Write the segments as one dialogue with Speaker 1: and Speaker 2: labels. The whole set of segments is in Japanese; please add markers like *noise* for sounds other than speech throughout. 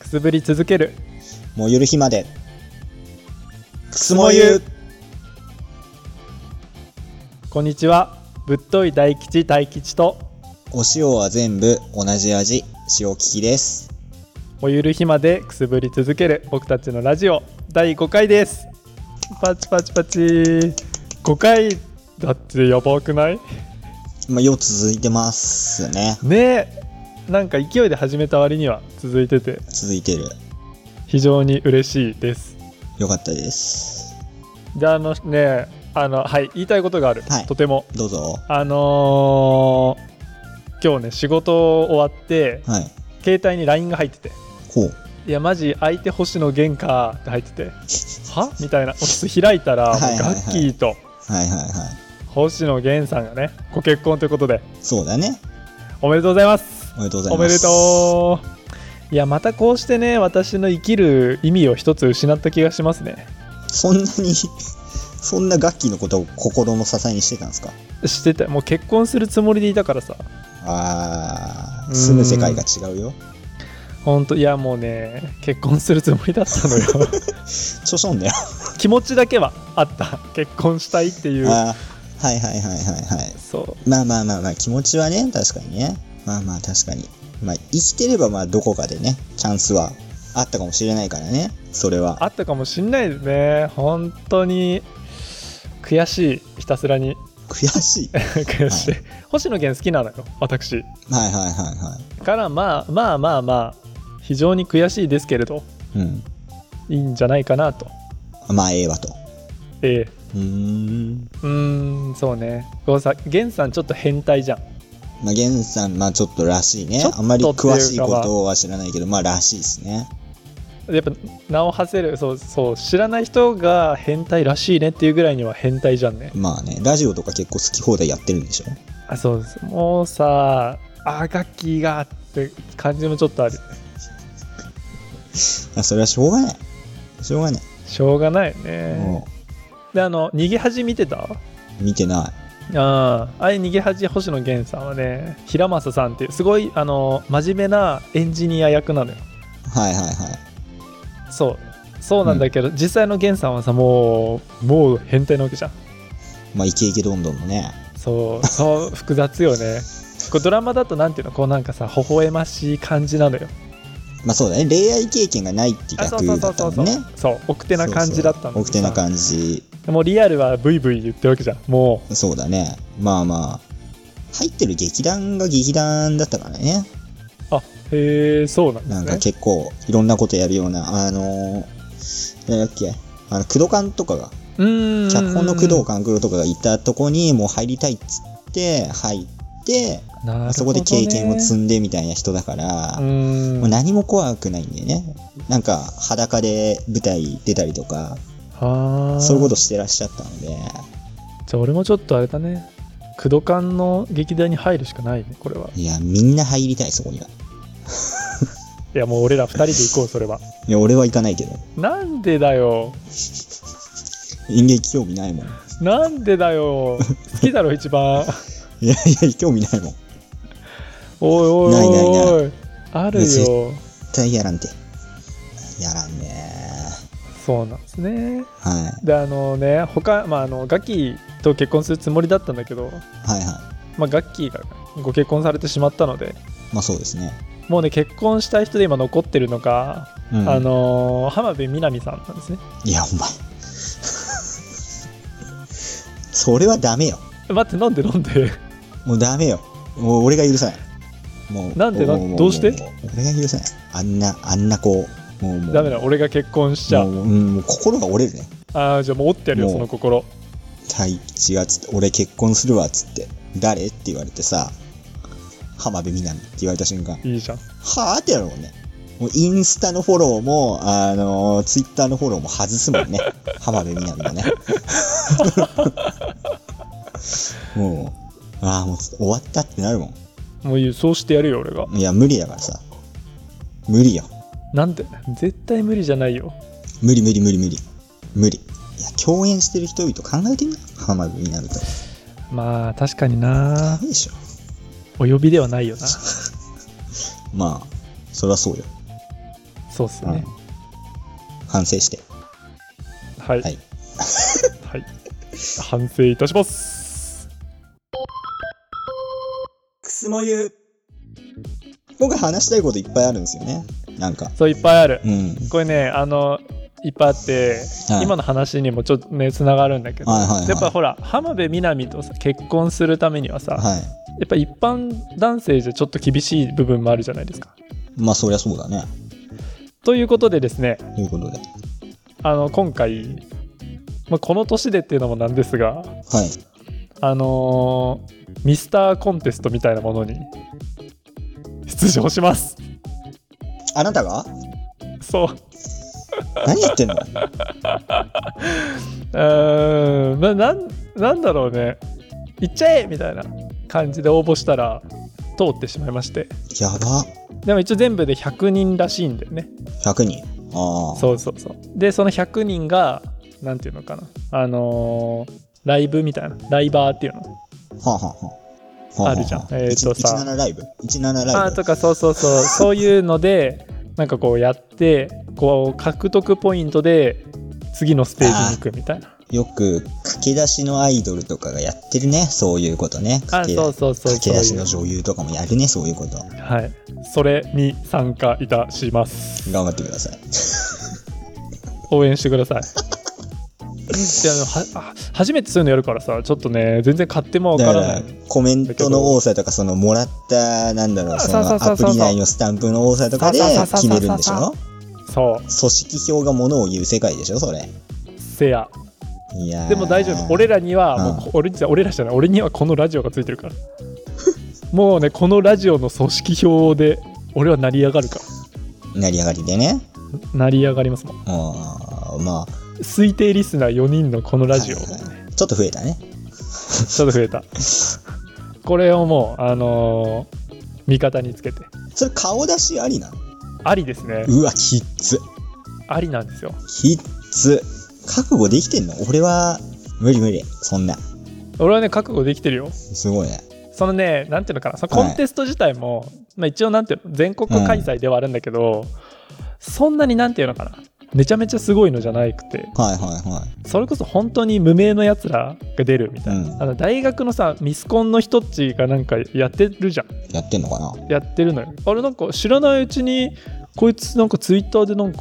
Speaker 1: つぶり続ける
Speaker 2: もうゆる日まで。くすもゆ
Speaker 1: こんにちはぶっとい大吉大吉と
Speaker 2: お塩は全部同じ味。塩利きです。
Speaker 1: おゆる日までくすぶり続ける僕たちのラジオ第5回ですパチパチパチ5回だってやばくない
Speaker 2: まあ、よう続いてますね。
Speaker 1: ねえなんか勢いで始めた割には続いてて
Speaker 2: 続いてる。
Speaker 1: 非常に嬉しいです
Speaker 2: よかったです。
Speaker 1: であのねあのはい言いたいことがある、
Speaker 2: はい
Speaker 1: とても
Speaker 2: どうぞ。
Speaker 1: あのー今日ね仕事終わって
Speaker 2: はい。
Speaker 1: 携帯に LINE が入ってて
Speaker 2: ほう。
Speaker 1: いやマジ相手星野源かって入っててはみたいなオフィス開いたら
Speaker 2: はいはいはい
Speaker 1: ガッキーと
Speaker 2: はいはいはい。
Speaker 1: 星野源さんがねご結婚ということで
Speaker 2: そうだね。
Speaker 1: おめでとうございます
Speaker 2: おめでとうござ
Speaker 1: お
Speaker 2: い
Speaker 1: め
Speaker 2: ま。
Speaker 1: ですとういやまたこうしてね私の生きる意味を一つ失った気がしますね
Speaker 2: そんなに、そんな楽器のことを心の支えにしてたんですか
Speaker 1: しててもう結婚するつもりでいたからさ
Speaker 2: あ
Speaker 1: う
Speaker 2: あ、
Speaker 1: ん
Speaker 2: 住む世界が違うよ。
Speaker 1: ほんといやもうね結婚するつもりだったの
Speaker 2: *laughs*
Speaker 1: よ
Speaker 2: ちょしょんだよ。
Speaker 1: 気持ちだけはあった結婚したいっていう
Speaker 2: ああ、はいはいはいはいはい。
Speaker 1: そう
Speaker 2: まあまあまあまあ、気持ちはね、確かにね。まあまあ確かに。まあ生きてればまあどこかでね、チャンスはあったかもしれないからね、それは。
Speaker 1: あったかもしんないですね本当に悔しいひたすらに
Speaker 2: 悔し
Speaker 1: *laughs*
Speaker 2: い。はい
Speaker 1: 悔しい、星野源好きなのよ私
Speaker 2: はいはいはい
Speaker 1: からまあまあまあまあ非常に悔しいですけれど。
Speaker 2: うん。
Speaker 1: いいんじゃないかなと
Speaker 2: まあええわと。
Speaker 1: ええ
Speaker 2: うーん。
Speaker 1: うーんそうねこうさ源さんちょっと変態じゃん
Speaker 2: まあ、源さん、まあちょっとらしいね
Speaker 1: ちょっ。と
Speaker 2: あんまり詳
Speaker 1: って
Speaker 2: しい
Speaker 1: いう
Speaker 2: こ
Speaker 1: か
Speaker 2: とは知らないけど、まあらしいですね。
Speaker 1: やっぱ名を馳せるそうそう知らない人が変態らしいねっていうぐらいには変態じゃんね
Speaker 2: まあね、ラジオとか結構好き放題やってるんでしょ
Speaker 1: あそうですもうさあガッキーがって感じもちょっとある
Speaker 2: まあそれはしょうがない。しょうがない。
Speaker 1: しょうがないよね
Speaker 2: も
Speaker 1: であの逃げ恥見てた
Speaker 2: う、見てな
Speaker 1: あああれ逃げ恥星野源さんはね平正さんっていうすごいあの真面目なエンジニア役なのよ
Speaker 2: い。はいはいはい。
Speaker 1: そうそうなんだけど、実際の源さんはさもうもう変態なわけじゃん
Speaker 2: まあイケイケどんどんもね。
Speaker 1: そうそう複雑よねこうドラマだとなんていうのこうなんかさ微笑ましい感じなのよ
Speaker 2: まあそうだね、恋愛経験がないって
Speaker 1: あそうそう
Speaker 2: 逆だ
Speaker 1: そ
Speaker 2: っ
Speaker 1: う
Speaker 2: た
Speaker 1: そうそ
Speaker 2: も
Speaker 1: う、
Speaker 2: んね。
Speaker 1: そう奥手な感じだったの
Speaker 2: そうそう奥手な
Speaker 1: じ
Speaker 2: 感じ。
Speaker 1: もうリアルはブイブイ言ってるわけじゃんも
Speaker 2: そうだね。まあまあ。入ってる劇団が劇団だったからね。
Speaker 1: うあへえそうなんで
Speaker 2: な
Speaker 1: す
Speaker 2: んか
Speaker 1: ね
Speaker 2: 結構いろんなことやるような、あのー、なんだっけ、あの、工藤館とかが、
Speaker 1: うーん
Speaker 2: 脚本の工藤館工藤とかがいたとこにもう入りたいっつって入って、
Speaker 1: なるほどね
Speaker 2: そこで経験を積んでみたいな人だか
Speaker 1: う
Speaker 2: ら、
Speaker 1: ーん
Speaker 2: もう何も怖くないんだよね。なんか裸で舞台出たりとか、
Speaker 1: はあ
Speaker 2: そういうことしてらっしゃったので、
Speaker 1: じゃあ俺もちょっとあれだね工藤館の劇団に入るしかないねこれはい
Speaker 2: や、みんな入りたい、そこには。
Speaker 1: いやもう俺ら2人で行こうそれはい
Speaker 2: や、俺は行かないけど。
Speaker 1: なんでだよ
Speaker 2: 演劇興味ないもん。
Speaker 1: なんでだよ好きだろ一
Speaker 2: *laughs*
Speaker 1: 番
Speaker 2: いやいや、興味ないもん。
Speaker 1: おいおいおい
Speaker 2: ないないない
Speaker 1: おいあるよ
Speaker 2: 絶対やらんて。やらんね
Speaker 1: そうなんですね
Speaker 2: はい。
Speaker 1: であのね他まああのガッキーと結婚するつもりだったんだけど、
Speaker 2: はいはい。
Speaker 1: まあ、ガッキーがご結婚されてしまったので
Speaker 2: まあそうですね。
Speaker 1: もうね結婚したい人で今残ってるのが、
Speaker 2: うん、
Speaker 1: あのー浜辺美波さんなんですね
Speaker 2: いや、お前。それはダメよ。
Speaker 1: 待って飲んで飲んで
Speaker 2: もうダメよ。もう俺が許さない。もう。
Speaker 1: なんでなん
Speaker 2: もも
Speaker 1: どうして
Speaker 2: もも俺が許さない。あんな、あんな子。もう、もう。
Speaker 1: ダメだ俺が結婚しちゃ
Speaker 2: も
Speaker 1: う
Speaker 2: ううん、もう心が折れるね。
Speaker 1: あーじゃあもう折ってやるよ
Speaker 2: もう
Speaker 1: その心
Speaker 2: 太一がつって、俺結婚するわっつって、誰って言われてさ、浜辺美波って言われた瞬間、
Speaker 1: いいじゃん
Speaker 2: はぁってやるもんね。もうインスタのフォローも、あのーツイッターのフォローも外すもんね。浜辺美波のね。もう、ああ、もうちょっと終わったってなるも
Speaker 1: もういいそうしてやるよ俺が
Speaker 2: ん。いや、無理だからさ。無理よ。
Speaker 1: なんで絶対無理じゃないよ
Speaker 2: 無理無理無理無理。無理。いや、共演してる人々考えてみな。浜辺美波と。
Speaker 1: まあ確かにな
Speaker 2: ダメでしょ。
Speaker 1: お呼びではないよな
Speaker 2: まあ、そりゃそうよ。
Speaker 1: そうっすね、
Speaker 2: 反省して。
Speaker 1: はい
Speaker 2: はい。
Speaker 1: はい、反省いたします
Speaker 2: くすもゆ僕は話したいこといっぱいあるんですよね。なんか。
Speaker 1: そういっぱいある
Speaker 2: うん。
Speaker 1: これねあのいっぱいあって、
Speaker 2: はい
Speaker 1: 今の話にもちょっとねつながるんだけど、
Speaker 2: はいはいはい
Speaker 1: やっぱほら浜辺美波とさ結婚するためにはさ、
Speaker 2: はい。
Speaker 1: やっぱ一般男性じゃちょっと厳しい部分もあるじゃないですか。
Speaker 2: まあ、そりゃそうだね。
Speaker 1: ということでですね
Speaker 2: ということで。
Speaker 1: あの今回、まあ、この年でっていうのもなんですが
Speaker 2: はい。
Speaker 1: あのーミスターコンテストみたいなものに *laughs* 出場します。
Speaker 2: あなたが
Speaker 1: そう
Speaker 2: 何言ってんの
Speaker 1: うーんななんなんだろうね行っちゃえみたいな感じで応募したら通ってしまいまして
Speaker 2: やば。
Speaker 1: でも一応全部で100人らしいんだよね
Speaker 2: 100人。ああ。
Speaker 1: そうそうそうでその100人がなんていうのかなあのーライブみたいなライバーっていうの
Speaker 2: はあはあはあ。はは
Speaker 1: あるじゃんえー
Speaker 2: 一
Speaker 1: とさ
Speaker 2: 17ライブ ?17 ライブ。
Speaker 1: あーとかそうそうそうそういうのでなんかこうやってこう獲得ポイントで次のステージに行くみたいな
Speaker 2: よく、駆け出しのアイドルとかがやってるね。そういうことね。
Speaker 1: あ
Speaker 2: 駆け
Speaker 1: そうそうそう
Speaker 2: 駆け
Speaker 1: そう
Speaker 2: 出し
Speaker 1: い
Speaker 2: の
Speaker 1: う
Speaker 2: 女優とかもやるね。そういうこと。
Speaker 1: はいそれに参加いたします
Speaker 2: 頑張ってください。
Speaker 1: 応援してください。であのはあ初めてそういうのやるからさちょっとね全然買ってもわ
Speaker 2: だ
Speaker 1: か
Speaker 2: から
Speaker 1: な
Speaker 2: ら
Speaker 1: い
Speaker 2: コメントの多さとかそのもらったなんだろう
Speaker 1: そう
Speaker 2: そ
Speaker 1: そうそ
Speaker 2: の
Speaker 1: うそう
Speaker 2: アプリ内のスタンプの多さとかで
Speaker 1: そうそうそうそう
Speaker 2: 決めるんでし
Speaker 1: そそ
Speaker 2: ょ組織票がものを言う世界でしょそれ
Speaker 1: うせや
Speaker 2: いやー
Speaker 1: でも大丈夫俺らにはもう
Speaker 2: うん、
Speaker 1: こ俺じゃ俺らじゃない俺にはこのラジオがついてるからもうねこのラジオの組織票で俺は成り上がるか
Speaker 2: 成り上がりでね
Speaker 1: ら成り上がりますもん
Speaker 2: あーまあ
Speaker 1: 推定リスナー4人のこのラジオ
Speaker 2: はい
Speaker 1: ち
Speaker 2: はいちょっと増えたね
Speaker 1: ょっと増えたこれをもうあのー味方につけて
Speaker 2: それ顔出しありなの
Speaker 1: ありですね
Speaker 2: うわきっつ
Speaker 1: ありなんですよ
Speaker 2: きっつ覚悟できてんの俺は無理無理そんな
Speaker 1: 俺はね覚悟できてるよ
Speaker 2: すごいね
Speaker 1: そのね、なんていうのかな、そのコンテスト自体も、まあ、一応なんていうの、全国開催ではあるんだけど、そんなになんていうのかな、めちゃめちゃすごいのじゃなくて、
Speaker 2: はいはいはい
Speaker 1: それこそ本当に無名のやつらが出るみたいな、
Speaker 2: うん
Speaker 1: あの大学のさ、ミスコンの人っちがなんかやってるじゃん、
Speaker 2: やってんのかな
Speaker 1: やってるのよ。あれ、なんか知らないうちに、こいつなんかツイッターでなんか、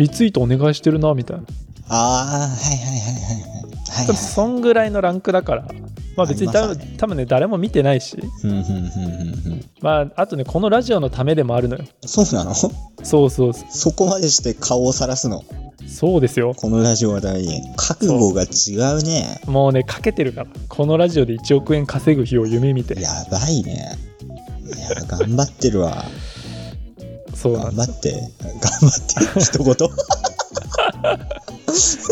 Speaker 1: リツイートお願いしてるなみたいな、
Speaker 2: ああはいはいはいはいはいは
Speaker 1: 多
Speaker 2: い
Speaker 1: 分そんぐらいのランクだから、まあ別に多
Speaker 2: あ
Speaker 1: 分,、
Speaker 2: りました
Speaker 1: 多分ね、誰も見てないし、
Speaker 2: ふんふんふんふんふん
Speaker 1: まあ、あとね、このラジオのためでもあるのよ。
Speaker 2: そうなの
Speaker 1: そうそうそう。
Speaker 2: そこまでして顔をさらすの。
Speaker 1: そうですよ。
Speaker 2: このラジオは大変。覚悟が違うね。
Speaker 1: もうね、かけてるから。このラジオで1億円稼ぐ日を夢見て。
Speaker 2: やばいね。いや、頑張ってるわ。
Speaker 1: そうな
Speaker 2: 頑
Speaker 1: ん
Speaker 2: 張
Speaker 1: だ。
Speaker 2: って。頑張って。一言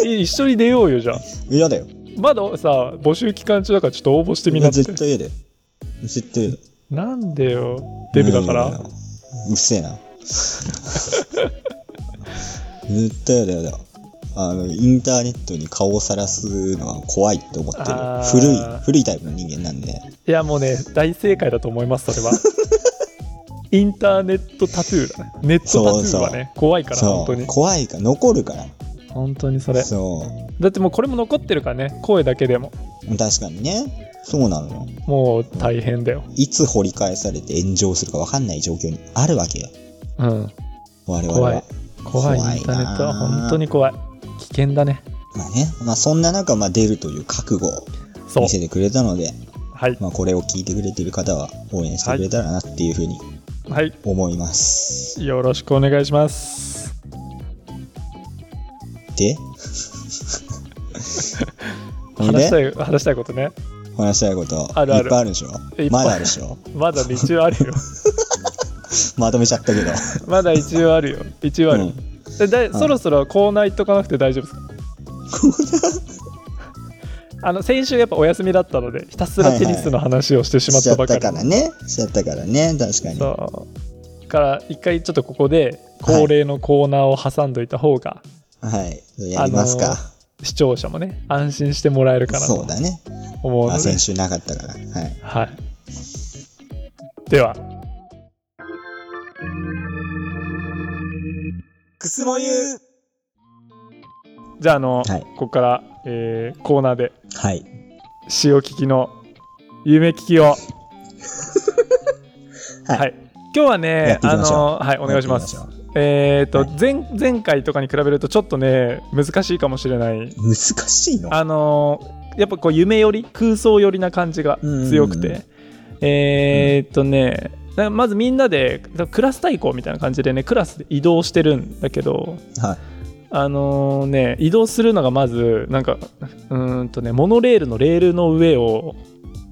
Speaker 1: え一緒に出ようよ、じゃあ。
Speaker 2: 嫌だよ。
Speaker 1: まださ、募集期間中だからちょっと応募してみなって。
Speaker 2: 絶対嫌だよ。絶対嫌だ。
Speaker 1: なんでよ、デブだか
Speaker 2: うん嫌
Speaker 1: ら。
Speaker 2: だうっせえな。絶対嫌だよ。嫌だあの、インターネットに顔をさらすのは怖いって思ってる
Speaker 1: あー。
Speaker 2: 古い、古いタイプの人間なんで。
Speaker 1: いや、もうね、大正解だと思います、そ
Speaker 2: *laughs*
Speaker 1: れは。インターネットタトゥーだね。ネットタトゥーはね、怖いから、本
Speaker 2: そ
Speaker 1: 当
Speaker 2: う。
Speaker 1: に。
Speaker 2: 怖いから、残るから。
Speaker 1: 本当にそれ。
Speaker 2: そ
Speaker 1: だってもうこれも残ってるからね、声だけでも。
Speaker 2: う。確かにね。そうなのよ。
Speaker 1: もう大変だよ。
Speaker 2: いつ掘り返されて炎上するか分かんない状況にあるわけよ。
Speaker 1: うん。
Speaker 2: 我々は。
Speaker 1: 怖い。怖い、
Speaker 2: 怖いなあ
Speaker 1: インターネットは本当に怖い。危険だね。
Speaker 2: まあね。まあそんな中、まあ出るという覚悟を
Speaker 1: そう
Speaker 2: 見。せてくれたので、
Speaker 1: はい。
Speaker 2: まあこれを聞いてくれてる方は応援してくれたらなっていうふうに
Speaker 1: はい。
Speaker 2: 思います。
Speaker 1: よろしくお願いします。
Speaker 2: でほん
Speaker 1: 話し
Speaker 2: で
Speaker 1: たい、 *laughs* 話したいことね。
Speaker 2: 話したいこと
Speaker 1: あるある
Speaker 2: いっぱいあるでしょ
Speaker 1: いっぱい
Speaker 2: まだあるでしょ
Speaker 1: まだ一応あるよ。
Speaker 2: まとめちゃったけど。
Speaker 1: まだ一応あるよ。一応ある。
Speaker 2: うん
Speaker 1: でだいそろそろコーナー行っとかなくて大丈夫ですか
Speaker 2: *laughs*
Speaker 1: あの先週やっぱお休みだったのでひたすらテニスの話をして *laughs* しま
Speaker 2: し
Speaker 1: っ
Speaker 2: ちゃ
Speaker 1: たば
Speaker 2: っ
Speaker 1: か
Speaker 2: た
Speaker 1: り、
Speaker 2: からね。しちゃったからね。確かに。
Speaker 1: そうから一回ちょっとここで恒例のコーナーを挟んどいた方が
Speaker 2: はい。やりますか。
Speaker 1: 視聴者もね安心してもらえるかなと
Speaker 2: そうだね。
Speaker 1: 思うの
Speaker 2: まあ、
Speaker 1: で、
Speaker 2: 先週なかったから。はい。
Speaker 1: はいでは
Speaker 2: つも言う
Speaker 1: じゃああの、
Speaker 2: はい
Speaker 1: ここから、えーコーナーで
Speaker 2: はい。
Speaker 1: 使用機器の夢聞
Speaker 2: *laughs*
Speaker 1: きをはい、
Speaker 2: はい
Speaker 1: 今日は
Speaker 2: や
Speaker 1: ね
Speaker 2: ってい
Speaker 1: あ
Speaker 2: きましょう
Speaker 1: のはいお願いします
Speaker 2: やっていきましょ
Speaker 1: えっ、と、
Speaker 2: はい
Speaker 1: 前前回とかに比べるとちょっとね難しいかもしれないう
Speaker 2: 難しいの
Speaker 1: あのーやっぱこう夢より空想寄りな感じが強く
Speaker 2: うんうん
Speaker 1: てえーっとねなまずみんなでクラス対抗みたいな感じでねクラスで移動してるんだけど
Speaker 2: はい。
Speaker 1: あのーね移動するのがまずなんかうーんとねモノレールのレールの上を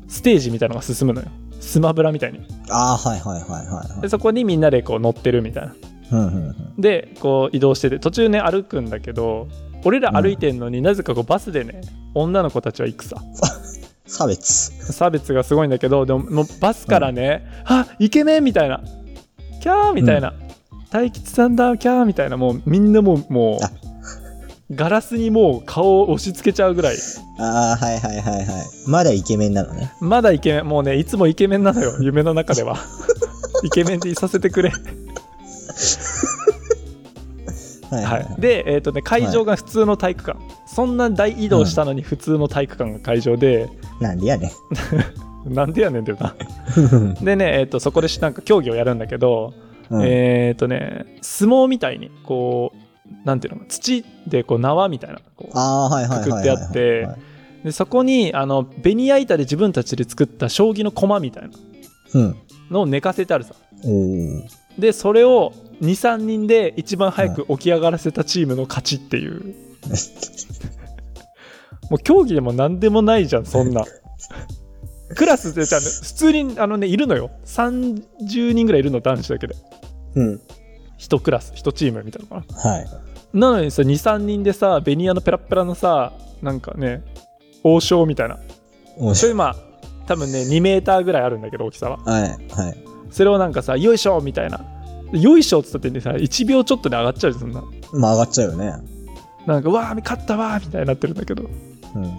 Speaker 1: ステージみたいなのが進むのよスマブラみたいに
Speaker 2: ああ、はいはいはいはいは
Speaker 1: で
Speaker 2: い。
Speaker 1: そこにみんなでこう乗ってるみたいな
Speaker 2: うんうんうん
Speaker 1: でこう移動してて途中ね歩くんだけど俺ら歩いてんのになぜかこうバスでね女の子たちは行くさ
Speaker 2: 差別。
Speaker 1: 差別がすごいんだけどでももうバスからね「あイケメン!」みたいな「キャー!」みたいな「大吉さんだキャー!」みたいなもうみんなもうも
Speaker 2: あ
Speaker 1: うガラスにもう顔を押し付けちゃうぐらい
Speaker 2: ああ、はいはいはいはい。まだイケメンなのね。
Speaker 1: まだイケメンもうねいつもイケメンなの
Speaker 2: *laughs*
Speaker 1: よ夢の中ではイケメンでいさせてくれ、
Speaker 2: はいは
Speaker 1: はい
Speaker 2: はい
Speaker 1: い、。で、えーとね、会場が普通の体育館、そんな大移動したのに普通の体育館が会場で、
Speaker 2: なんで
Speaker 1: *laughs*
Speaker 2: やねん。
Speaker 1: なんでやねんってなでね、えー、とそこでしなんか競技をやるんだけど
Speaker 2: うん
Speaker 1: えっ、とね相撲みたいにこうなんていうのか土でこう縄みたいなこう
Speaker 2: ああ、はいはいはいはいはい。
Speaker 1: くくってあっでそこにあのベニヤ板で自分たちで作った将棋の駒みたいな
Speaker 2: うん。
Speaker 1: のを寝かせてあるさ
Speaker 2: おお。
Speaker 1: でそれを23人で一番早く起き上がらせたチームの勝ちっていう、 *laughs* もう競技でも何でもないじゃんそんなクラスでじゃあね普通にあのねいるのよ30人ぐらいいるの男子だけで
Speaker 2: うん。
Speaker 1: 1クラス1チームみたいなのかな
Speaker 2: はい。
Speaker 1: なのにさ23人でさベニヤのペラッペラのさなんかね王将みたいな
Speaker 2: 面
Speaker 1: そ
Speaker 2: 白い。
Speaker 1: れまあ多分ね2メーターぐらいあるんだけど大きさは
Speaker 2: はいはい。そ
Speaker 1: それをなんかさよいしょみたいなよいしょっつったってねさ1秒ちょっとで上がっちゃうじゃんそんな
Speaker 2: まあ上がっちゃうよね。
Speaker 1: なんかわあ勝ったわーみたいになってるんだけど
Speaker 2: うん。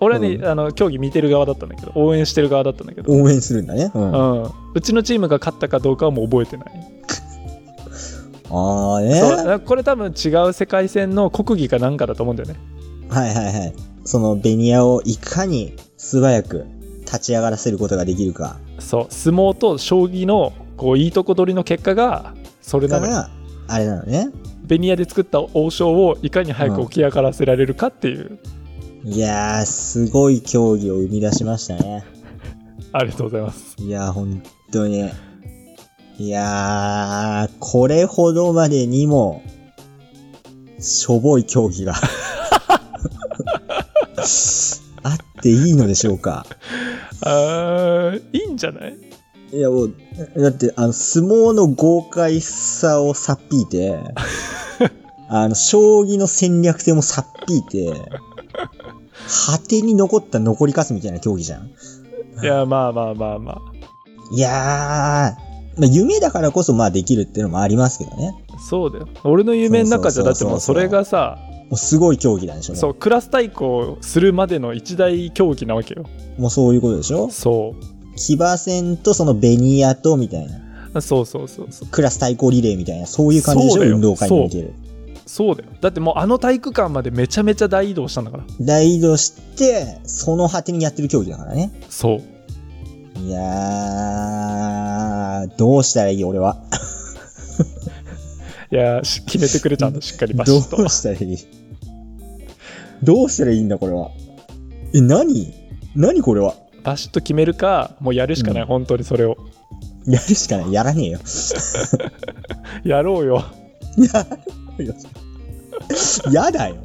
Speaker 1: 俺はね、
Speaker 2: うん
Speaker 1: あの競技見てる側だったんだけど応援してる側だったんだけど、
Speaker 2: 応援するんだね。うん。
Speaker 1: う
Speaker 2: あ
Speaker 1: んうちのチームが勝ったかどうかはもう覚えてない、
Speaker 2: あね。
Speaker 1: そうこれ多分違う世界戦の国技かなんかだと思うんだよね
Speaker 2: はいはいはい。そのベニヤをいかに素早く立ち上がらせることができるか
Speaker 1: そう相撲と将棋のこういいとこ取りの結果がそれなの
Speaker 2: か
Speaker 1: よ
Speaker 2: ら、あれなのね。
Speaker 1: ベニヤで作った王将をいかに早く起き上がらせられるかっていう、
Speaker 2: いやー、すごい競技を生み出しましたね。
Speaker 1: ありがとうございます
Speaker 2: いやー、本当に。いやー、これほどまでにも、しょぼい競技が。あっていいのでしょうか
Speaker 1: あーいいんじゃない
Speaker 2: いや、もう、だって、あの、相撲の豪快さをさっぴい
Speaker 1: *laughs*
Speaker 2: て、あの、将棋の戦略性もさっぴいて、果てに残った残りかすみたいな競技じゃん。
Speaker 1: いやまあまあまあま
Speaker 2: いやー、まあ、夢だからこそ、まあ、できるっていうのもありますけどね。
Speaker 1: あそうだよ俺の夢の中じゃ
Speaker 2: そ
Speaker 1: だ
Speaker 2: う
Speaker 1: って
Speaker 2: そうそうそ
Speaker 1: もうそ
Speaker 2: う
Speaker 1: れがさ
Speaker 2: もうすごい競技なんでしょ。
Speaker 1: そううクラス対抗するまでの一大競技なわけよ
Speaker 2: もうそういうことでしょ
Speaker 1: そ
Speaker 2: 騎馬戦とそのベニヤとみたいな。
Speaker 1: うそうそうそうそう
Speaker 2: クラス対抗リレーみたいな、そういう感じでし
Speaker 1: そう
Speaker 2: ょ
Speaker 1: だよ
Speaker 2: 運動会における。
Speaker 1: そうだよだってもうあの体育館までめちゃめちゃ大移動したんだから
Speaker 2: 大移動して、その果てにやってる競技だからね。
Speaker 1: そう
Speaker 2: いやー、どうしたらいい俺は。
Speaker 1: いやし決めてくれたんだしっかり
Speaker 2: ど
Speaker 1: バシッと
Speaker 2: *laughs* うしたらいいどうしたらいいんだ、これは。え、何何これは。
Speaker 1: バシッと決めるかもうやるしかない、
Speaker 2: うん
Speaker 1: 本当にそれを
Speaker 2: やるしかない。やらねえよ。 *laughs*
Speaker 1: やろうよ
Speaker 2: やだよ。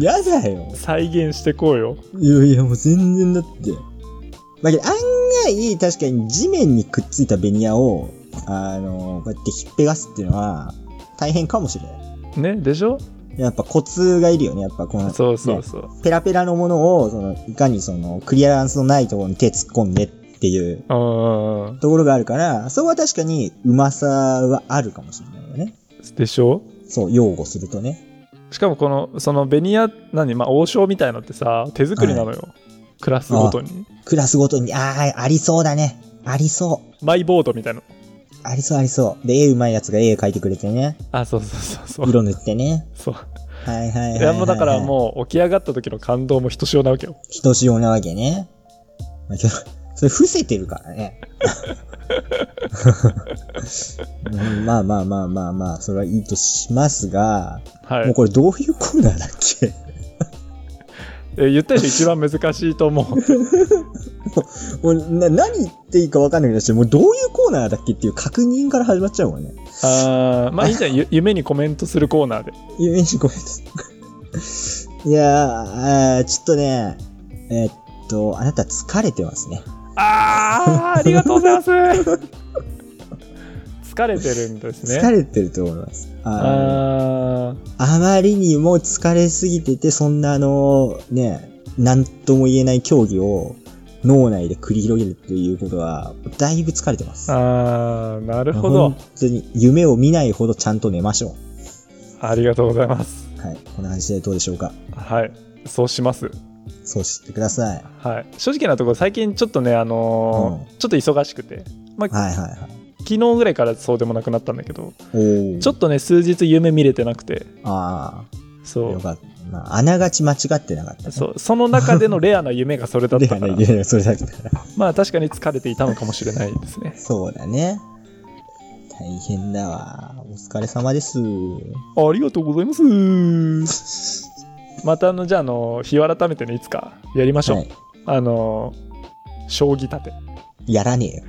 Speaker 2: やだよ。
Speaker 1: 再現してこうよ
Speaker 2: いやいや、もう全然だって。まあ、けど案外、確かに地面にくっついたベニヤを、あのこうやって引っぺがすっていうのは、大変かもしれない。
Speaker 1: ねでしょ
Speaker 2: やっぱコツがいるよね。やっぱこの、
Speaker 1: そうそうそう、
Speaker 2: ペラペラのものを、その、いかにその、クリアランスのないところに手突っ込んでっていう
Speaker 1: うんうんうん
Speaker 2: ところがあるから、そこは確かにうまさはあるかもしれないよね。
Speaker 1: でしょ
Speaker 2: そう、擁護するとね。
Speaker 1: しかもこのそのベニヤ何、まあ、王将みたいのってさ手作りなのよ、クラスごとに
Speaker 2: クラスごとに、ああ、ありそうだね。ありそう。
Speaker 1: マイボードみたいな
Speaker 2: あありそうありそう。で、絵うまいやつが絵描いてくれてね。
Speaker 1: あそうそうそうそう
Speaker 2: 色塗ってね。
Speaker 1: そう
Speaker 2: はいはいはいはいい、
Speaker 1: や
Speaker 2: はい。
Speaker 1: もうだからもう起き上がった時の感動もひとしおなわけよ
Speaker 2: う。人仕様なわけね。まあけどそれ伏せてるからね。 *laughs* うんまあまあまあまあまあ、それはいいとしますが、
Speaker 1: は
Speaker 2: もう
Speaker 1: い
Speaker 2: これどういうコーナーだっけ *laughs*
Speaker 1: え言ったより一番難しいと思 *laughs* う
Speaker 2: もうな何言っていいか分かんないけど、もうどういうコーナーだっけっていう確認から始まっちゃうもんね。
Speaker 1: あーまあいいじゃんゆ夢にコメントするコーナーで
Speaker 2: 夢にごめんなさい。いやー、あーちょっとね、えーっと、あなた疲れてますね。
Speaker 1: あーありがとうございます *laughs* 疲れてるんですね
Speaker 2: 疲れてると思います。
Speaker 1: あ
Speaker 2: あ
Speaker 1: ー
Speaker 2: ああまりにも疲れすぎてて、そんなあの、ね、なんとも言えない競技を脳内で繰り広げるっていうことは、だいぶ疲れてます。
Speaker 1: あーなるほ
Speaker 2: 本
Speaker 1: ど
Speaker 2: 当に夢を見ないほどちゃんと寝ましょ
Speaker 1: ありがとうございます
Speaker 2: う。はい。こんな感じでどうでしょうか。
Speaker 1: はいそうします
Speaker 2: そうしてください。
Speaker 1: はい正直なところ最近ちょっとねあのーちょっと忙しくてまあ
Speaker 2: はいはいはい。
Speaker 1: 昨日ぐらいからそうでもなくなったんだけど
Speaker 2: おお。
Speaker 1: ちょっとね数日夢見れてなくて
Speaker 2: ああ、
Speaker 1: そ
Speaker 2: よ
Speaker 1: う
Speaker 2: かった。まあ、あながち間違ってなかった、ね。
Speaker 1: そうその中でのレアな夢がそれだっ
Speaker 2: で
Speaker 1: た *laughs*
Speaker 2: は
Speaker 1: か
Speaker 2: な
Speaker 1: ら
Speaker 2: *laughs* い、いやいやそれだけだから。
Speaker 1: まあ確かに疲れていたのかもしれないですね
Speaker 2: そうだね。大変だわ。お疲れ様で
Speaker 1: *laughs*
Speaker 2: す。
Speaker 1: ありがとうございます *laughs* またあのじゃああの日を改めてねいつかやりましょう、
Speaker 2: はい
Speaker 1: あの将棋立て
Speaker 2: やらねえよ。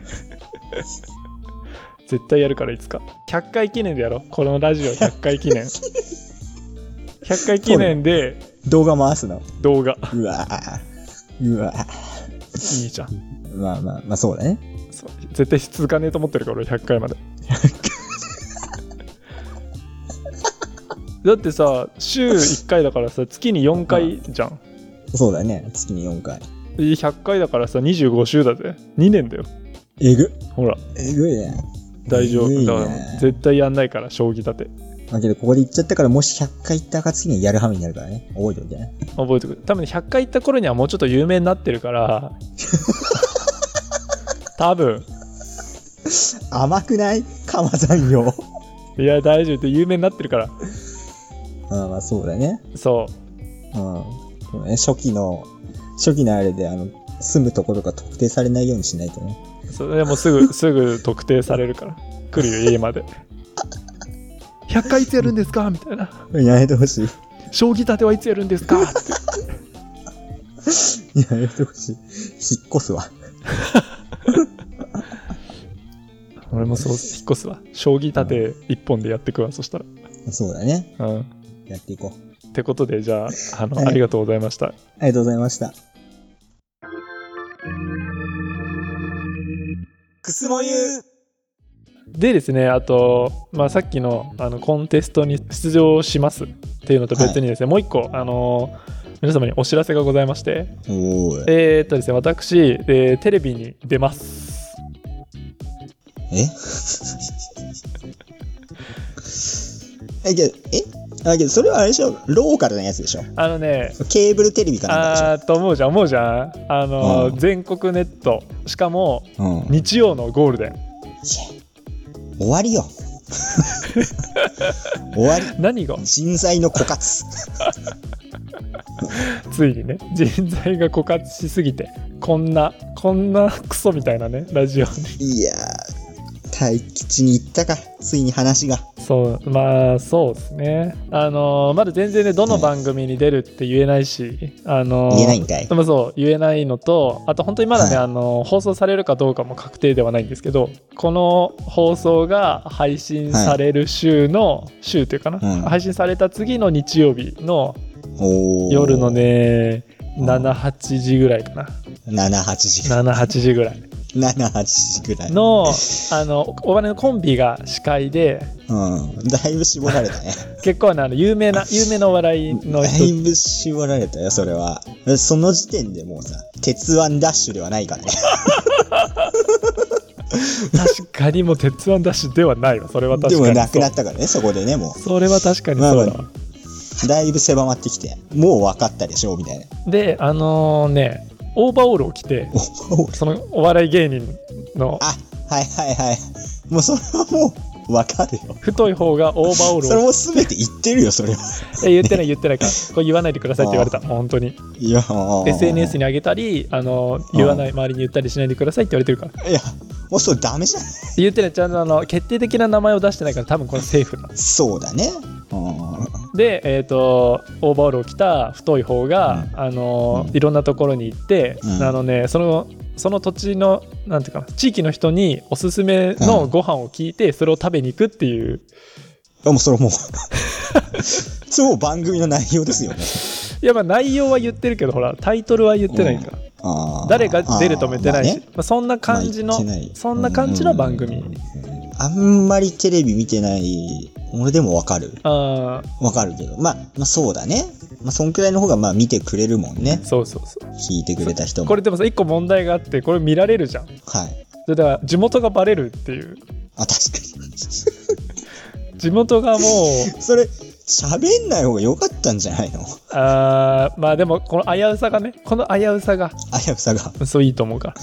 Speaker 1: 絶対やるからいつか100回記念でやろうこのラジオ100回 *laughs* 記念100回記念で
Speaker 2: 動画回すの。
Speaker 1: 動画
Speaker 2: うわぁ。うわぁ。
Speaker 1: いいじゃん
Speaker 2: まあまあ、まあそうだね。
Speaker 1: そう絶対続かねえと思ってるから俺100回までだってさ週1回だからさ月に4回じゃん
Speaker 2: そうだね。月に4回。
Speaker 1: 100回だからさ25週だぜ2年だよ
Speaker 2: えぐ。
Speaker 1: ほら
Speaker 2: えぐいね。
Speaker 1: 大丈
Speaker 2: えぐ
Speaker 1: 夫
Speaker 2: い
Speaker 1: だから
Speaker 2: ね。
Speaker 1: 絶対やんないから将棋立て
Speaker 2: まあけど、ここで言っちゃったから、もし100回行った暁にはやるはめになるからね。覚えておいてね。
Speaker 1: 覚えてくれ多分ね100回行った頃にはもうちょっと有名になってるから多分
Speaker 2: 甘くない *laughs* 釜山用。
Speaker 1: いや大丈夫って有名になってるから
Speaker 2: あまあそうだね。
Speaker 1: そ
Speaker 2: うん。そうだね初期の、初期のあれで、あの、住むとことか特定されないようにしないとね。
Speaker 1: うそれでもうすぐすぐ特定されるから来るよ家まで100回いつやるんですかみたいな
Speaker 2: やめてほしい。
Speaker 1: 将棋立てはいつやるんですかって
Speaker 2: やめてほしい。引っ越すわ。
Speaker 1: 俺もそう引っ越すわ将棋立て1本でやってくわそした
Speaker 2: そうだね。
Speaker 1: らうん
Speaker 2: やっていこう。
Speaker 1: ってことでじゃああの、
Speaker 2: はい
Speaker 1: ありがとうございました
Speaker 2: ありがとうございました。くすもゆ
Speaker 1: でですねあと、まあ、さっきのあのコンテストに出場しますっていうのと別にですね、もう一個あの皆様にお知らせがございまして
Speaker 2: おーい。
Speaker 1: えーっとですね私、えーテレビに出ます
Speaker 2: え *laughs* え、けど、えあ、けど、それはあれでしょローカルなやつでしょ
Speaker 1: あのね
Speaker 2: ケーブルテレビかなんか
Speaker 1: あーと思うじゃん思うじゃんあの、
Speaker 2: うん
Speaker 1: 全国ネットしかも
Speaker 2: でしょうん。いや
Speaker 1: 日曜のゴールデン
Speaker 2: 終わ *laughs* りよ。終わり。
Speaker 1: 何が
Speaker 2: 人材の枯渇。
Speaker 1: ついにね人材が枯渇しすぎてこんなこんなクソみたいなねラジオに
Speaker 2: いやー、大吉に行ったか。ついに話が。
Speaker 1: そうまあそうですねあのーまだ全然ねどの番組に出るって言えないし、あのー
Speaker 2: 言えないんかい
Speaker 1: で。もそう言えないのとあと本当にまだね、
Speaker 2: は
Speaker 1: あのー放送されるかどうかも確定ではないんですけどこの放送が配信される週の、週というかな、
Speaker 2: うん
Speaker 1: 配信された次の日曜日の
Speaker 2: おー
Speaker 1: 夜の。ね
Speaker 2: うん
Speaker 1: 78時ぐらいかな
Speaker 2: 7、8時ぐらい。
Speaker 1: 78時ぐらい
Speaker 2: 7、8時ぐらい。 *laughs*
Speaker 1: のあのお金のコンビが司会で
Speaker 2: うん。だいぶ絞られたね。
Speaker 1: 結構ねあの有名な有名なお笑い *laughs* の
Speaker 2: だ
Speaker 1: 人
Speaker 2: いぶ絞られたよ、それは。その時点でもうさ、鉄腕ダッシュではないからね。
Speaker 1: 確かにもう鉄腕ダッシュではないわそれは確か
Speaker 2: で
Speaker 1: に
Speaker 2: もなくな
Speaker 1: そ
Speaker 2: ったからね、そこでね、も
Speaker 1: うそれは確かにそうだわ、
Speaker 2: まあう。だいぶ狭まってきて、もう分かったでしょ、みたいな。
Speaker 1: であのねオーバーオールを着て
Speaker 2: おお
Speaker 1: そのお笑い芸人の
Speaker 2: あ、はいはいはい。もうそれはもう、わかるよ。
Speaker 1: 太い方がオーバーオー
Speaker 2: それ
Speaker 1: ルを
Speaker 2: も全て言ってるよ、それは。
Speaker 1: え言ってない言ってないからこれ言わないでくださいって言われた本当に
Speaker 2: いや、
Speaker 1: SNS に上げたりあの言わない周りに言ったりしないでくださいって言われてるから
Speaker 2: いや、もうそれダメじゃん。
Speaker 1: 言ってないちゃんとあの決定的な名前を出してないから多分これセーフなの
Speaker 2: そうだね。うん
Speaker 1: でえっ、とオーバーオールを着た太い方が、
Speaker 2: う
Speaker 1: あの
Speaker 2: うん
Speaker 1: いろんなところに行って、
Speaker 2: うん
Speaker 1: あのねそのその土地のなんていうかな地域の人におすすめのご飯を聞いてそれを食べに行くっていう
Speaker 2: でもうそれも
Speaker 1: *laughs*
Speaker 2: う、それもう番組の内容ですよね。
Speaker 1: いやまあ内容は言ってるけどほらタイトルは言ってないから、
Speaker 2: あ
Speaker 1: *laughs*
Speaker 2: ー
Speaker 1: 誰が出るとも言ってないし
Speaker 2: あーまあね
Speaker 1: まあそんな感じの、
Speaker 2: まあ言ってい
Speaker 1: そんな感じの番組、
Speaker 2: うんあんまりテレビ見てない俺でもわかる
Speaker 1: ああ
Speaker 2: わかるけど、まあ、まあそうだね、まあ、そんくらいの方がまあ見てくれるもんね
Speaker 1: そうそうそ
Speaker 2: 聞いてくれた人
Speaker 1: う
Speaker 2: も
Speaker 1: これでもさ一個問題があってこれ見られるじゃん
Speaker 2: はい
Speaker 1: それだから地元がバレるっていう
Speaker 2: あ確かに *laughs*
Speaker 1: 地元がもう
Speaker 2: それ喋んない方が良かったんじゃないの
Speaker 1: あーまあでもこの危うさがねこの危うさが
Speaker 2: あやぶさが
Speaker 1: そういいと思うから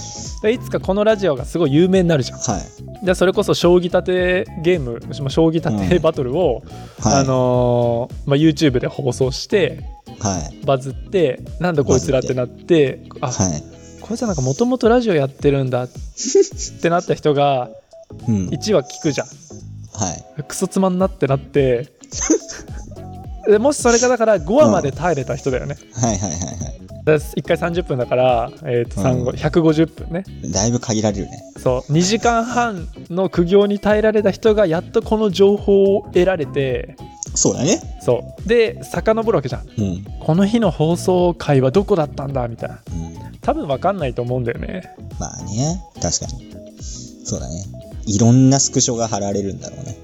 Speaker 1: でいつかこのラジオがすごい有名になるじゃん
Speaker 2: はい
Speaker 1: でそれこそ将棋立てゲームまあ将棋立て
Speaker 2: うん
Speaker 1: バトルを、
Speaker 2: はい
Speaker 1: あのーまあ、YouTube で放送して
Speaker 2: はい
Speaker 1: バズってなんだこいつらってなってあ、
Speaker 2: はい
Speaker 1: こいつらなんかもともとラジオやってるんだってなった人が
Speaker 2: うん
Speaker 1: 1話聞くじゃん
Speaker 2: はい
Speaker 1: クソつまんなってなって *laughs* でもしそれがだから5話まで耐えれた人だよね、
Speaker 2: はいはいはい
Speaker 1: 1回30分だから、えーと3
Speaker 2: うん
Speaker 1: 150分ね
Speaker 2: はいだいぶ限られるね
Speaker 1: そう2時間半の苦行に耐えられた人がやっとこの情報を得られて
Speaker 2: そうだね
Speaker 1: そうで遡るわけじゃん
Speaker 2: うん、
Speaker 1: この日の放送回はどこだったんだみたいな
Speaker 2: うん、
Speaker 1: 多分分かんないと思うんだよね
Speaker 2: まあね確かにそうだねいろんなスクショが貼られるんだろうね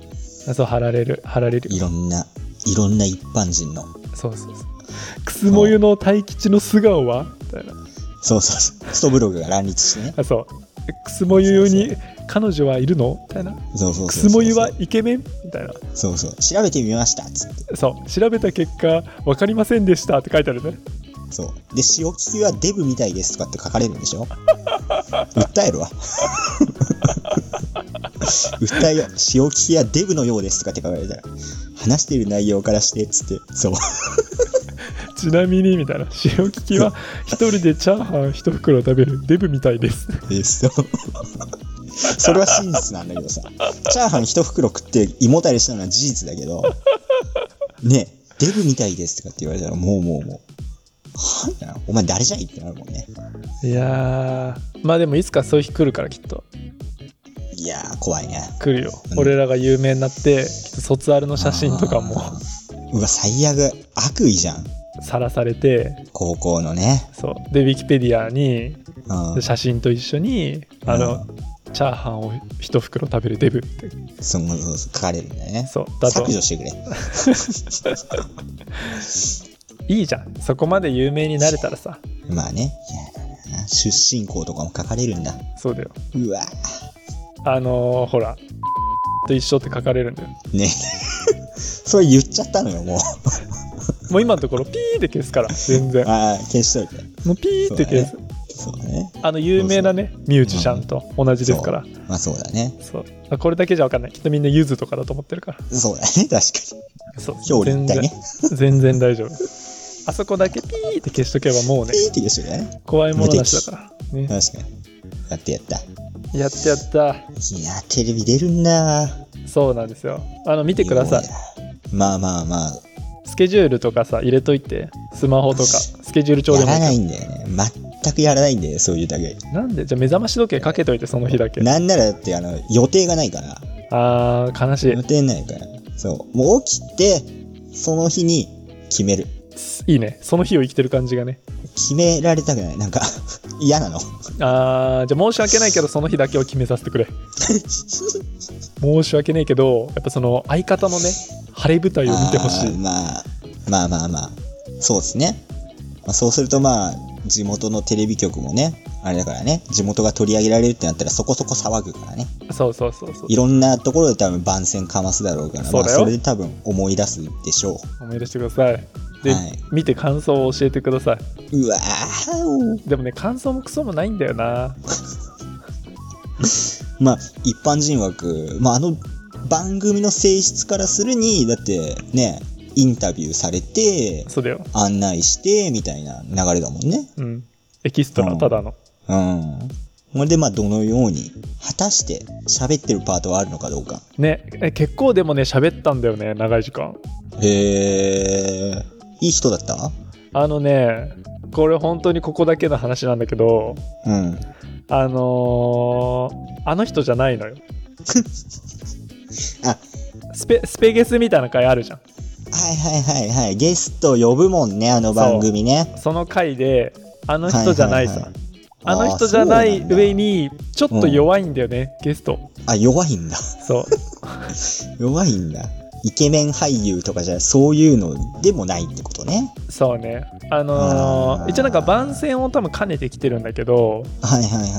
Speaker 1: そう貼られる貼られる
Speaker 2: いろんないろんな一般人の
Speaker 1: そうそうそうくすもゆの大吉の素顔はみたいな
Speaker 2: そうそうそう。ストブログが乱立してね。
Speaker 1: あそうくすもゆに彼女はいるのみたいな
Speaker 2: そうそうそうそう。
Speaker 1: くすもゆはイケメンみたいな
Speaker 2: そうそう。調べてみましたっつって。
Speaker 1: そう調べた結果分かりませんでしたって書いてあるね *laughs*
Speaker 2: そう。で、塩利きはデブみたいですとかって書かれるんでしょ *laughs* 訴えるわ。 *laughs* 訴えよう。塩利きはデブのようですとかって書かれたら。話している内容からしてっつって。そう。
Speaker 1: ちなみにみたいな塩利きは一人でチャーハン一袋食べるデブみたいです
Speaker 2: えそう。それは真実なんだけどさ。チャーハン一袋食って胃もたれしたのは事実だけど、ねえ、デブみたいですとかって言われたら、もうもうもう、はみたいな。お前誰じゃいってなるもんね。
Speaker 1: いやーまあでもいつかそういう日来るからきっと
Speaker 2: いやー、怖いね。
Speaker 1: 来るよ
Speaker 2: うん
Speaker 1: 俺らが有名になってきっと卒アルの写真とかも
Speaker 2: あー。うわ、最悪。悪意じゃん。
Speaker 1: さらされて
Speaker 2: 高校のね。
Speaker 1: そうでウィキペディアに
Speaker 2: うん。
Speaker 1: 写真と一緒にあのチャーハンを一袋食べるデブって
Speaker 2: そうそうそう、書かれるんだよね。
Speaker 1: そうだと
Speaker 2: 削除してくれ。
Speaker 1: いいじゃんそこまで有名になれたらさ
Speaker 2: まあね。いやだな出身校とかも書かれるんだ。
Speaker 1: そうだよ
Speaker 2: うわ
Speaker 1: あのーほらと一緒って書かれるんだよ
Speaker 2: ね *laughs* それ言っちゃったのよ、もう。
Speaker 1: もう今のところピーって消すから全然
Speaker 2: ああ、消しといて。
Speaker 1: もうピーって消す、
Speaker 2: そうだね。
Speaker 1: あの有名なねミュージシャンと同じですから
Speaker 2: まあそうだね。
Speaker 1: そうあこれだけじゃ分かんないきっとみんなゆずとかだと思ってるから
Speaker 2: そうだね、確か
Speaker 1: そう
Speaker 2: 表裏一体ね
Speaker 1: 全然全然大丈夫あそこだけピーって消しとけばもうね
Speaker 2: に。いいって言う人だね。
Speaker 1: 怖いものなしだから、ね、
Speaker 2: 確かに。やってやった。い
Speaker 1: やってやった
Speaker 2: や、テレビ出るんだ。
Speaker 1: そうなんですよあの見てください
Speaker 2: い。まあまあまあ、
Speaker 1: スケジュールとかさ入れといてスマホとかスケジュール帳
Speaker 2: や
Speaker 1: でもい
Speaker 2: ら
Speaker 1: いから
Speaker 2: ないんだよね。全くやらないんだよ、そういうだけ。
Speaker 1: なんでじゃあ目覚まし時計かけといてその日だけ
Speaker 2: なんならだって、あの、予定がないから。
Speaker 1: あー悲し
Speaker 2: 予定ないから。そう。もう起きて、その日に決める。
Speaker 1: いいいねその日を生きてる感じがね
Speaker 2: 決められたくない。なんか、 *laughs* 嫌
Speaker 1: *laughs*
Speaker 2: なの。
Speaker 1: あーじゃあ申し訳ないけどその日だけを決めさせてくれ申し訳ないけどやっぱその相方のね晴れ舞台を見てほし
Speaker 2: あー
Speaker 1: い
Speaker 2: まあ、まあまあまあ。そうですね。まあ、そうするとまあ、地元のテレビ局もね、あれだからね、地元が取り上げられるってなったらそこそこ騒ぐからね。
Speaker 1: そうそうそうそう
Speaker 2: いろんなところで多分番宣かますだろうから、
Speaker 1: そう
Speaker 2: まあ
Speaker 1: だよ
Speaker 2: それで多分思い出すでしょ
Speaker 1: 思い出してくださいで、
Speaker 2: はい。
Speaker 1: 見て感想を教えてくださいう
Speaker 2: うわーお
Speaker 1: でもね感想もクソもないんだよな
Speaker 2: まあ、一般人枠、まあ、あの番組の性質からするに、だってね、インタビューされて、
Speaker 1: そうだよ。
Speaker 2: 案内して、みたいな流れだもんね。
Speaker 1: うん。エキスト
Speaker 2: う
Speaker 1: ラ、
Speaker 2: ん
Speaker 1: ただの。
Speaker 2: うん。ほんで、まあ、どのように、果たして喋ってるパートはあるのかどうか。
Speaker 1: ね、え結構でもね、喋ったんだよね、長い時間。
Speaker 2: へえ。いい人だった
Speaker 1: あのね、これ本当にここだけの話なんだけど、
Speaker 2: うん。
Speaker 1: あのーあの人じゃないのよ。
Speaker 2: *laughs* あ
Speaker 1: スペ、スペゲスみたいな回あるじゃん。
Speaker 2: はいはいはいはい。ゲスト呼ぶもんね、あの番組ね。
Speaker 1: その回で、あの人じゃないさ。
Speaker 2: はいはいはい
Speaker 1: あの人じゃない
Speaker 2: あー
Speaker 1: 上。に、ちょっと弱いんだよね、ゲスト。
Speaker 2: そうなんだあ、弱いんだ。 *laughs*
Speaker 1: そう。
Speaker 2: 弱いんだ。イケメン俳優とかじゃ、そういうのでもないってことね。
Speaker 1: そうね。あのー
Speaker 2: あー
Speaker 1: 一応なんか番宣を多分兼ねてきてるんだけど、
Speaker 2: はいはいはいはい。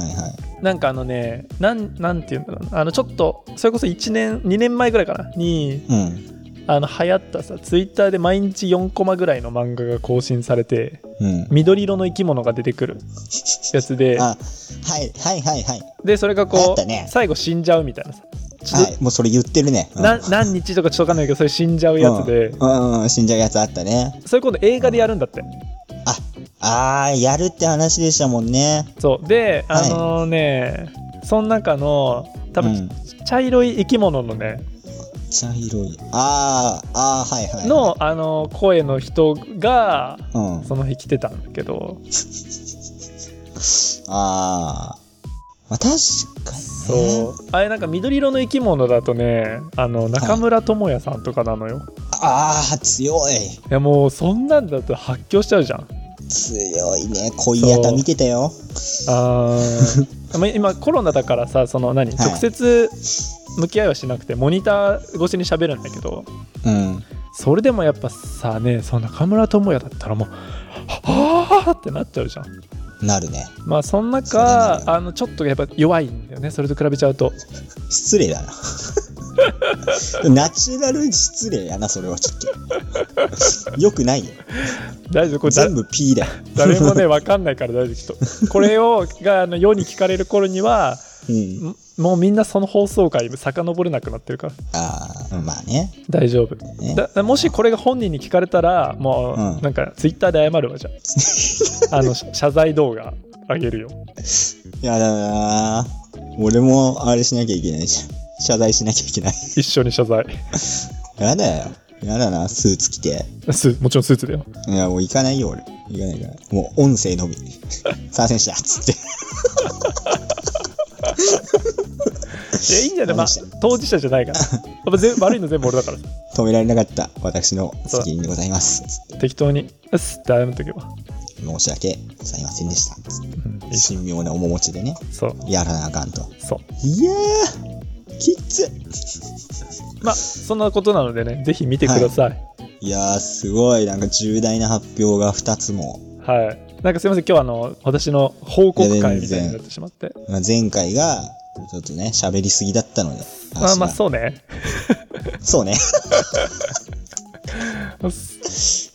Speaker 1: なんかあのね、なん、なんていうんだろうな。あの、ちょっと、それこそ1年、2年前ぐらいかな、に、
Speaker 2: うん。
Speaker 1: あの、流行ったさ、ツイッターで毎日4コマぐらいの漫画が更新されて、
Speaker 2: うん。
Speaker 1: 緑色の生き物が出てくるやつで、
Speaker 2: あ、はいはいはいはい。
Speaker 1: で、それが
Speaker 2: 流行
Speaker 1: こ
Speaker 2: った
Speaker 1: う、
Speaker 2: ね
Speaker 1: 最後死んじゃうみたいなさ。ちょっと
Speaker 2: はい、もうそれ言ってるね。うん
Speaker 1: な何日とかちょっとわかんないけど、それ死んじゃうやつで、
Speaker 2: うんうんうん、死んじゃうやつあったね。
Speaker 1: それ今度映画でやるんだって。
Speaker 2: あ、あー、やるって話でしたもんね。
Speaker 1: そう。で、あ
Speaker 2: はい
Speaker 1: のね、その中の、多分、
Speaker 2: うん
Speaker 1: 茶色い生き物のね、
Speaker 2: 茶色い。あー、あー、はいはいはい。
Speaker 1: の、あの声の人が、
Speaker 2: うん。
Speaker 1: その日来てたんだけど、
Speaker 2: あー。まあ、確かにね。
Speaker 1: そう。あれなんか緑色の生き物だとね、あの、中村智也さんとかなのよ。
Speaker 2: あー、強い。
Speaker 1: いやもう、そんなんだと発狂しちゃうじゃん。
Speaker 2: 強いね。恋やた見てたよ。
Speaker 1: あ
Speaker 2: *laughs*
Speaker 1: ーまあ今コロナだからさその何、
Speaker 2: はい
Speaker 1: 直接向き合いはしなくてモニター越しに喋るんだけど
Speaker 2: うん。
Speaker 1: それでもやっぱさねその中村智也だったらもうはあってなっちゃうじゃん
Speaker 2: なるね。
Speaker 1: まあその
Speaker 2: そうだ
Speaker 1: 中
Speaker 2: ね
Speaker 1: あのちょっとやっぱ弱いんだよねそれと比べちゃうと
Speaker 2: 失礼だな。 *laughs* ナチュラル失礼やな、それはちょっと。 *laughs* よくないよ。
Speaker 1: 大丈夫これだ
Speaker 2: 全部 P だよ。
Speaker 1: 誰もね分かんないから大丈夫きっとこれをがあの世に聞かれる頃には
Speaker 2: うん。
Speaker 1: んもうみんなその放送回遡れなくなってるから
Speaker 2: ああ、まあね。
Speaker 1: 大丈夫
Speaker 2: ね
Speaker 1: だもしこれが本人に聞かれたらも
Speaker 2: うん
Speaker 1: うなんかツイッターで謝るわじゃ
Speaker 2: *laughs*
Speaker 1: ああのし謝罪動画あげるよ
Speaker 2: やだなー俺もあれしなきゃいけないじゃん。謝罪しなきゃいけない。 *laughs*
Speaker 1: 一緒に謝罪
Speaker 2: やだよ。やだな、スーツ着て。
Speaker 1: スもちろんスーツだよ
Speaker 2: いや、もう行かないよ、俺。行かないから。もう音声の
Speaker 1: *laughs*
Speaker 2: み。参戦した、つって。
Speaker 1: いやいいんじゃない、まあ
Speaker 2: 何してん、
Speaker 1: 当事者じゃないからやっぱ全悪いの全部俺だからさ
Speaker 2: 止められなかった、私の責任でございます。つって
Speaker 1: 適当に「うっす」って謝っとけば、
Speaker 2: 申し訳ございませんでした。つって
Speaker 1: うん、いいし
Speaker 2: 神妙な面持ちでね、
Speaker 1: そう
Speaker 2: やらなあかんと。
Speaker 1: そう
Speaker 2: いやー、きつ
Speaker 1: まあそんなことなのでねぜひ見てください
Speaker 2: いやー、すごい、なんか重大な発表が2つも。
Speaker 1: はい、なんかすいません今日はあの私の報告会みたいになってしまって
Speaker 2: まあ、前回が、ちょっとね、喋りすぎだったので。
Speaker 1: まあまあ
Speaker 2: 足が
Speaker 1: そうね
Speaker 2: そうね。 *laughs*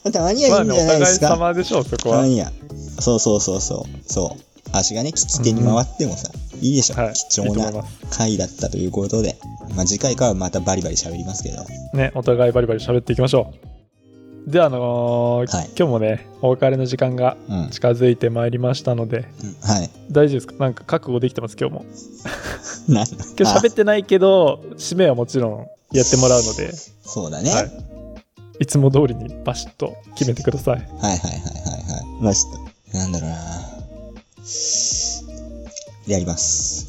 Speaker 2: また間に合
Speaker 1: ま
Speaker 2: い
Speaker 1: あ
Speaker 2: いん
Speaker 1: ねお
Speaker 2: じゃな
Speaker 1: 互い
Speaker 2: いですか。
Speaker 1: 様でしょうそこは
Speaker 2: 間に合うそうそうそうそう。そう。足がね、利き手に回ってもさ、いいでしょ。
Speaker 1: はい
Speaker 2: 貴重
Speaker 1: いいと思い
Speaker 2: な
Speaker 1: ます
Speaker 2: 回だったということで。まあ、次回からはまたバリバリ喋りますけど。
Speaker 1: ね、お互いバリバリ喋っていきましょう。では、あのー
Speaker 2: はい
Speaker 1: 今日もね、お別れの時間が
Speaker 2: うん。うん
Speaker 1: 近づいてまいりましたので、
Speaker 2: はい。 *laughs*
Speaker 1: 大丈夫ですかなんか覚悟できてます、今日も。
Speaker 2: な
Speaker 1: 今日喋ってないけど、締めはもちろんやってもらうので、
Speaker 2: あそうだね。
Speaker 1: はいいつも通りにバシッと決めてください。
Speaker 2: はいはいはいはいはい。まあ、ちょっと、なんだろうなやります。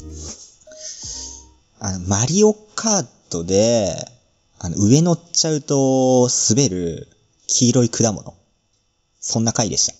Speaker 2: あの、マリオカートで、あの、上乗っちゃうと滑る黄色い果物。そんな回でした。